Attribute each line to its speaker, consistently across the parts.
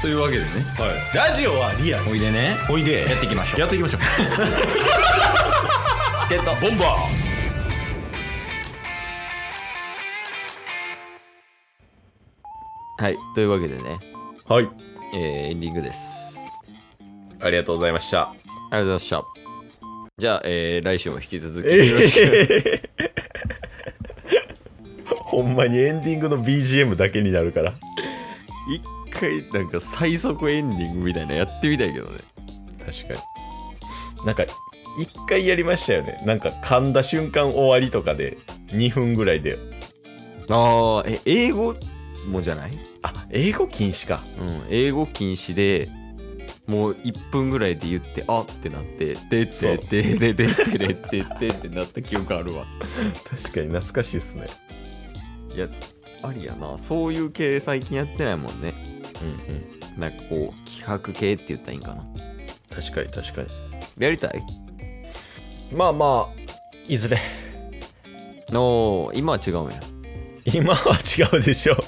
Speaker 1: というわけでね
Speaker 2: はい、ラジオはリアル
Speaker 1: おいでね
Speaker 2: おいで
Speaker 1: やっていきましょう
Speaker 2: やっていきましょう
Speaker 1: ゲット
Speaker 2: ボンバ
Speaker 1: はいというわけでね、
Speaker 2: ーはい
Speaker 1: えー、エンディングです
Speaker 2: ありがとうございました
Speaker 1: ありがとうございましたじゃあ、えー、来週も引き続き
Speaker 2: え
Speaker 1: よろしく
Speaker 2: ほんまにエンディングの BGM だけになるから
Speaker 1: 一回なんか最速エンディングみたいなやってみたいけどね
Speaker 2: 確かになんか一回やりましたよねなんか噛んだ瞬間終わりとかで2分ぐらいで
Speaker 1: ああえ英語もじゃない
Speaker 2: あ英語禁止か
Speaker 1: うん英語禁止でもう1分ぐらいで言ってあってなってで
Speaker 2: そう
Speaker 1: てでででででででってなった記憶あるわ
Speaker 2: 確かに懐かしいっすね
Speaker 1: いやありやなそういう系最近やってないもんね
Speaker 2: うんうん
Speaker 1: なんかこう企画系って言ったらいいんかな
Speaker 2: 確かに確かに
Speaker 1: やりたい
Speaker 2: まあまあいずれ
Speaker 1: の今は違うんや
Speaker 2: 今は違うでしょ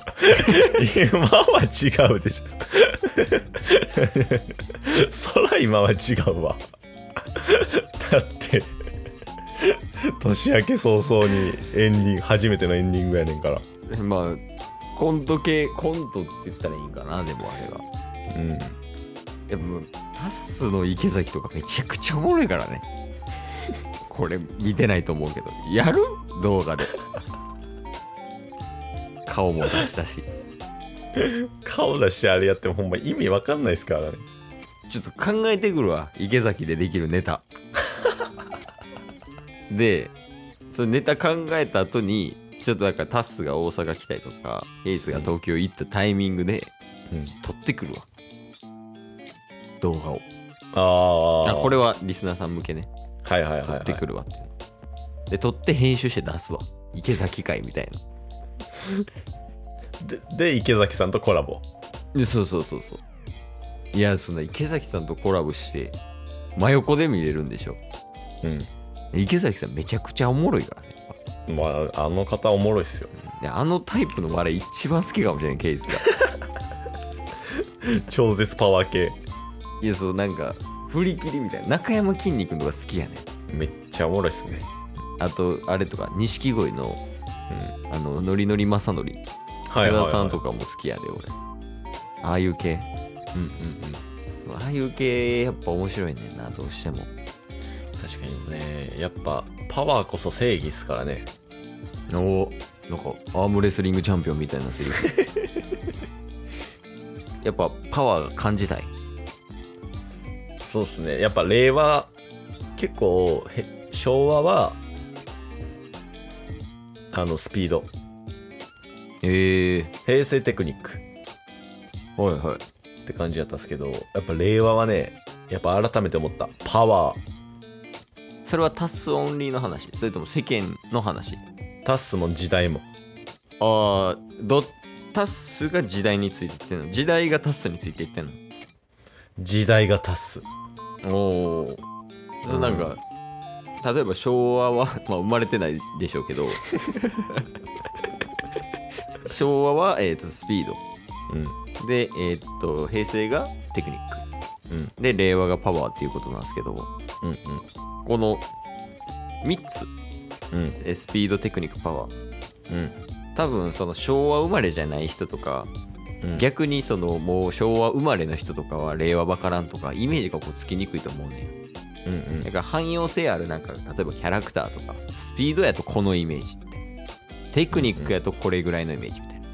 Speaker 2: 今は違うでしょそら今は違うわだって年明け早々にエンディング初めてのエンディングやねんから
Speaker 1: まあコント系コントって言ったらいいんかなでもあれが
Speaker 2: うん
Speaker 1: いやもうタッスの池崎とかめちゃくちゃおもろいからね これ見てないと思うけどやる動画で 顔も出したし
Speaker 2: 顔出してあれやってもほんま意味わかんないですからね
Speaker 1: ちょっと考えてくるわ池崎でできるネタ でそのネタ考えた後にちょっとなんかタッスが大阪来たりとかエイスが東京行ったタイミングで
Speaker 2: うん
Speaker 1: 撮ってくるわ動画を
Speaker 2: あ
Speaker 1: あ
Speaker 2: あ
Speaker 1: これはリスナーさん向けね
Speaker 2: はいはいはい、
Speaker 1: 撮
Speaker 2: は
Speaker 1: ってく
Speaker 2: い、
Speaker 1: るわっていう、で撮って編集して出すわ池崎会みたいな
Speaker 2: でで池崎さんとコラボ
Speaker 1: でそうそうそうそういやそんな池崎さんとコラボして真横で見れるんでしょ
Speaker 2: うん
Speaker 1: 池崎さんめちゃくちゃおもろいからね
Speaker 2: まああの方おもろいっすよ
Speaker 1: であのタイプの笑い一番好きかもしれないケースが
Speaker 2: 超絶パワー系
Speaker 1: いやそうなんか振り切りみたいな中山きんに君とか好きやね
Speaker 2: めっちゃおもろいっすね
Speaker 1: あとあれとか錦鯉の
Speaker 2: うん
Speaker 1: あのノリノリ正則瀬
Speaker 2: はいはい
Speaker 1: 田
Speaker 2: はい
Speaker 1: さんとかも好きやで俺ああいう系
Speaker 2: うんうんうん
Speaker 1: ああいう系やっぱ面白いねんなどうしても
Speaker 2: 確かにねやっぱパワーこそ正義っすからね
Speaker 1: おなんかアームレスリングチャンピオンみたいなセリフ やっぱパワーが感じたい
Speaker 2: そうっすねやっぱ令和結構へ昭和はあのスピード
Speaker 1: ええ
Speaker 2: 平成テクニック
Speaker 1: はいはい
Speaker 2: って感じやったっすけどやっぱ令和はねやっぱ改めて思ったパワー
Speaker 1: それはタスオンリーの話それとも世間の話
Speaker 2: タッスも時代も
Speaker 1: ああどタスが時代について言ってんの時代がタスについて言ってん
Speaker 2: 時代がタッス
Speaker 1: のおおそうなんか、例えば昭和は まあ生まれてないでしょうけど昭和は、えー、とスピード
Speaker 2: うん
Speaker 1: で、えー、と平成がテクニック
Speaker 2: うん
Speaker 1: で令和がパワーっていうことなんですけども
Speaker 2: うん
Speaker 1: この3つ
Speaker 2: うんうん
Speaker 1: えスピードテクニックパワー
Speaker 2: うん
Speaker 1: 多分その昭和生まれじゃない人とか、
Speaker 2: うん
Speaker 1: 逆にそのもう昭和生まれの人とかは令和バカらんとかイメージがこうつきにくいと思うね
Speaker 2: うん
Speaker 1: だから汎用性あるなんか例えばキャラクターとかスピードやとこのイメージテクニックやとこれぐらいのイメージみたいな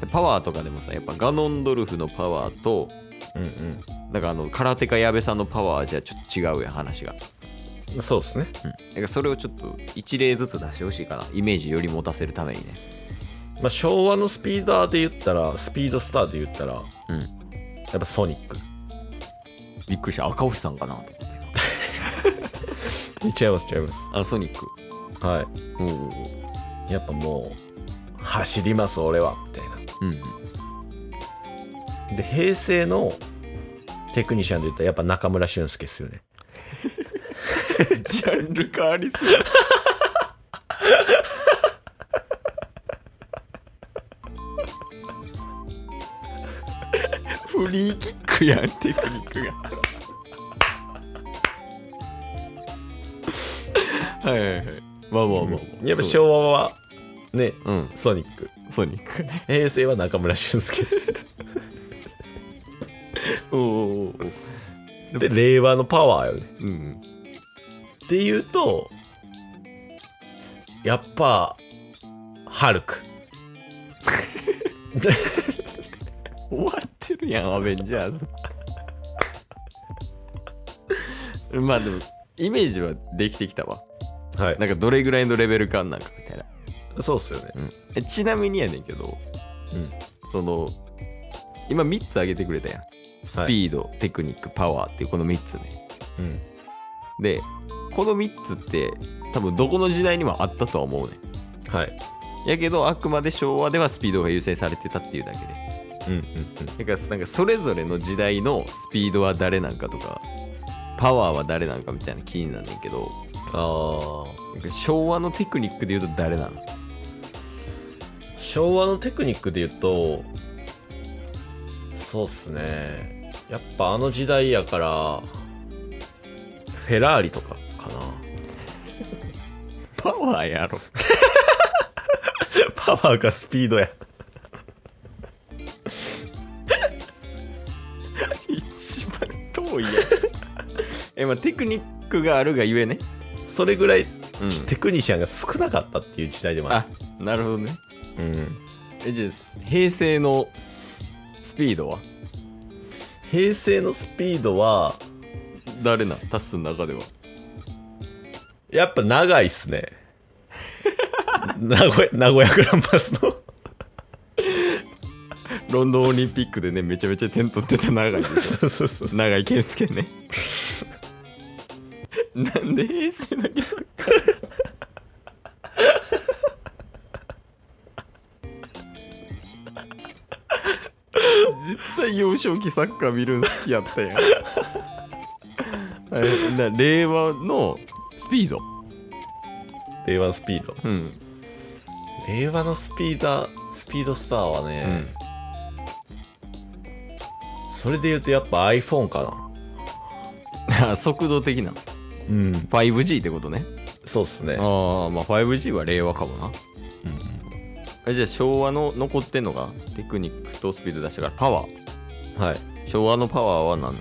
Speaker 1: でパワーとかでもさやっぱガノンドルフのパワーと
Speaker 2: うん
Speaker 1: なんかあの空手家矢部さんのパワーじゃちょっと違うやん話が
Speaker 2: うんそうっすね
Speaker 1: うん、だからそれをちょっと一例ずつ出してほしいかなイメージより持たせるためにね
Speaker 2: まあ昭和のスピーダーで言ったらスピードスターで言ったらや
Speaker 1: うん
Speaker 2: っぱソニック
Speaker 1: びっくりした赤星さんかなと思って
Speaker 2: いっちゃいますいっちゃいま
Speaker 1: あソニック
Speaker 2: すは
Speaker 1: おうおう
Speaker 2: いやっぱもう走ります俺はみたい
Speaker 1: おううん
Speaker 2: なで平成のテクニシャンで言ったらやっぱ中村俊輔っすよね
Speaker 1: ジャンル変わりそうフリーキックやんテクニックがはいはいはいまあまあまあまあ、
Speaker 2: やっぱ
Speaker 1: そう
Speaker 2: 昭和はね
Speaker 1: うん
Speaker 2: ソニック
Speaker 1: ソニックね
Speaker 2: 平成は中村俊輔
Speaker 1: おおお
Speaker 2: で令和のパワーよね
Speaker 1: うん
Speaker 2: っていうとやっぱハルク
Speaker 1: 終わってるやんアベンジャーズ まあでもイメージはできてきたわ
Speaker 2: はい
Speaker 1: なんかどれぐらいのレベル感なんかみたいな、
Speaker 2: そうっすよね
Speaker 1: うんえちなみにやねんけど、
Speaker 2: うん
Speaker 1: その今3つ挙げてくれたやんスピード、テクニックパワーっていうこの3つね
Speaker 2: うん
Speaker 1: でこの3つって多分どこの時代にもあったとは思うね
Speaker 2: はい
Speaker 1: んやけどあくまで昭和ではスピードが優先されてたっていうだけで
Speaker 2: うんうん
Speaker 1: だからなんかそれぞれの時代のスピードは誰なんかとかパワーは誰なんかみたいな気になんねんけど
Speaker 2: あ
Speaker 1: なんか昭和のテクニックで言うと誰なの
Speaker 2: あ昭和のテクニックで言うとそうっすねやっぱあの時代やからフェラーリとかかな
Speaker 1: パワーやろ
Speaker 2: パワーかスピードや
Speaker 1: 一番遠いやん え、まあ、テクニックがあるがゆえね、
Speaker 2: それぐらい
Speaker 1: うん、
Speaker 2: テクニシャンが少なかったっていう時代でもあ
Speaker 1: あなるほどね
Speaker 2: るうん
Speaker 1: えじゃあ平成のスピードは
Speaker 2: 平成のスピードは
Speaker 1: 誰なんタスの中では
Speaker 2: やっぱ長いっすね 名古屋名古屋グランパスの
Speaker 1: ロンドンオリンピックでねめちゃめちゃ点取ってた長井でしょ
Speaker 2: そうそうそうそう
Speaker 1: 長井健介ねなんで平成だけサッカー絶対幼少期サッカー見るん好きやったやんあれな令和のスピード
Speaker 2: 令和のスピード
Speaker 1: うん、
Speaker 2: 令和のスピーダースピードスターは
Speaker 1: う
Speaker 2: ね
Speaker 1: ん、、
Speaker 2: それで言うとやっぱ iPhone かな
Speaker 1: あ 速度的な
Speaker 2: うん
Speaker 1: 5G ってことね
Speaker 2: そうっすね
Speaker 1: ああまあ 5G は令和かもな
Speaker 2: うん
Speaker 1: えじゃあ昭和の残ってんのがテクニックとスピード出したからパワー
Speaker 2: はい
Speaker 1: 昭和のパワーは何なの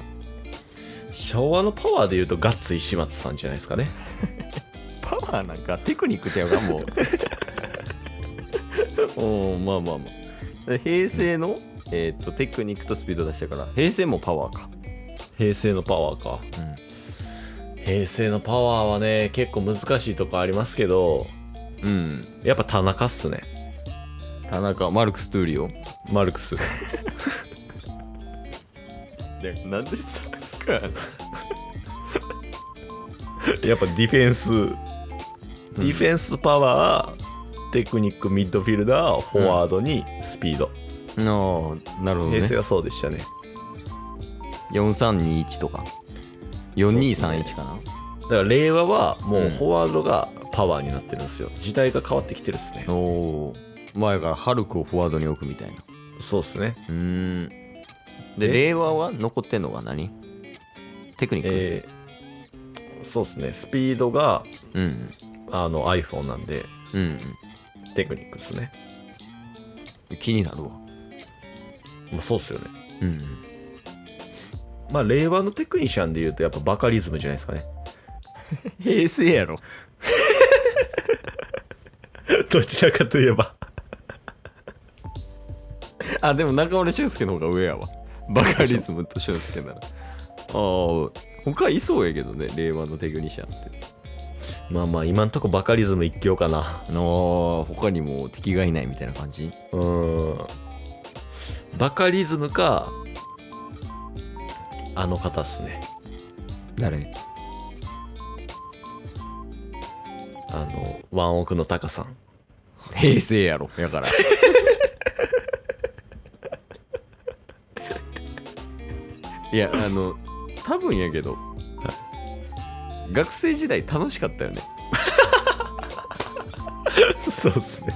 Speaker 2: 昭和のパワーで言うとガッツ石松さんじゃないですかね
Speaker 1: パワーなんかテクニックちゃうかもう おーまあまあまあで平成の、えーっとテクニックとスピード出したから平成もパワーか、
Speaker 2: 平成のパワーか平成のパワーはね結構難しいとこありますけど
Speaker 1: うん、
Speaker 2: やっぱ田中っすね
Speaker 1: 田中マルクス・トゥーリオ
Speaker 2: マルクス
Speaker 1: なんでサッカー
Speaker 2: やっぱディフェンス、ディフェンスパワーテクニックミッドフィルダーフォワードにスピード、
Speaker 1: のなるほど
Speaker 2: 平成
Speaker 1: ね
Speaker 2: はそうでしたね
Speaker 1: 4321とか4231かな、
Speaker 2: だから令和はもううんフォワードがパワーになってるんですよ時代が変わってきてるっすね
Speaker 1: おお前からハルクをフォワードに置くみたいな
Speaker 2: そうっすね
Speaker 1: うーんで
Speaker 2: え
Speaker 1: 令和は残ってんのが何テクニック、
Speaker 2: えーそうっすねスピードが
Speaker 1: うん
Speaker 2: あの iPhone なんで
Speaker 1: うん
Speaker 2: テクニックっすね
Speaker 1: うん気になるわ
Speaker 2: まあそうっすよね
Speaker 1: うん
Speaker 2: まあ令和のテクニシャンで言うとやっぱバカリズムじゃないですかね
Speaker 1: 平成やろ
Speaker 2: どちらかといえば
Speaker 1: あでも中村俊輔の方が上やわバカリズムと俊輔ならああ他いそうやけどね令和のテクニシャンって
Speaker 2: まあまあ今んとこバカリズム一強かな
Speaker 1: ああ他にも敵がいないみたいな感じ
Speaker 2: うーんバカリズムかあの方っすね
Speaker 1: 誰
Speaker 2: あのワンオクのタカさ ん
Speaker 1: 平成やろやから いやあの多分やけど、学生時代楽しかったよね
Speaker 2: そうっすね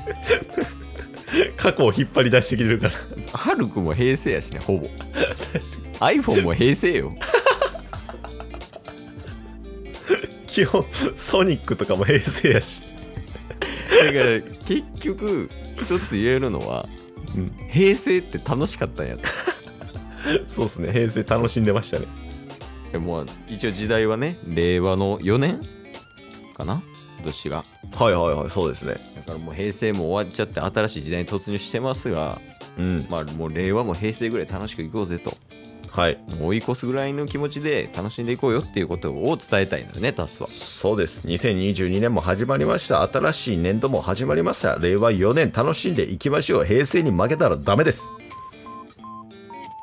Speaker 2: 過去を引っ張り出してきてるから
Speaker 1: ハルクも平成やしねほぼ iPhone も平成よ
Speaker 2: 基本ソニックとかも平成やし、
Speaker 1: だから結局一つ言えるのは
Speaker 2: うん、
Speaker 1: 平成って楽しかったんやと
Speaker 2: そうっすね平成楽しんでましたね
Speaker 1: でも一応時代はね令和の4年かな今年が
Speaker 2: はいはいはいそうですね
Speaker 1: だからもう平成も終わっちゃって新しい時代に突入してますが
Speaker 2: うん
Speaker 1: まあもう令和も平成ぐらい楽しくいこうぜと
Speaker 2: はい
Speaker 1: もう追い越すぐらいの気持ちで楽しんでいこうよっていうことを伝えたいのよねタスは
Speaker 2: そうです2022年も始まりました新しい年度も始まりました令和4年楽しんでいきましょう平成に負けたらダメです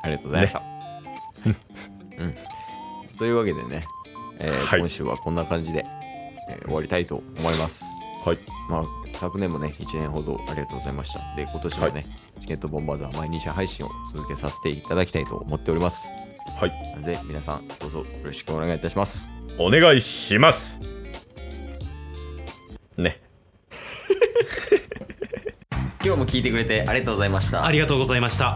Speaker 1: ありがとうございました、うん、というわけでね、えー
Speaker 2: はい
Speaker 1: 今週はこんな感じで、えー終わりたいと思います
Speaker 2: はい
Speaker 1: まあ、昨年もね、1年ほどありがとうございました。で、今年もね、チケットボンバーズは毎日配信を続けさせていただきたいと思っております。
Speaker 2: はい
Speaker 1: なので、皆さん、どうぞよろしくお願いいたします。
Speaker 2: お願いしますね
Speaker 1: 今日も聞いてくれてありがとうございました
Speaker 3: あ。りがとうございました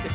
Speaker 3: す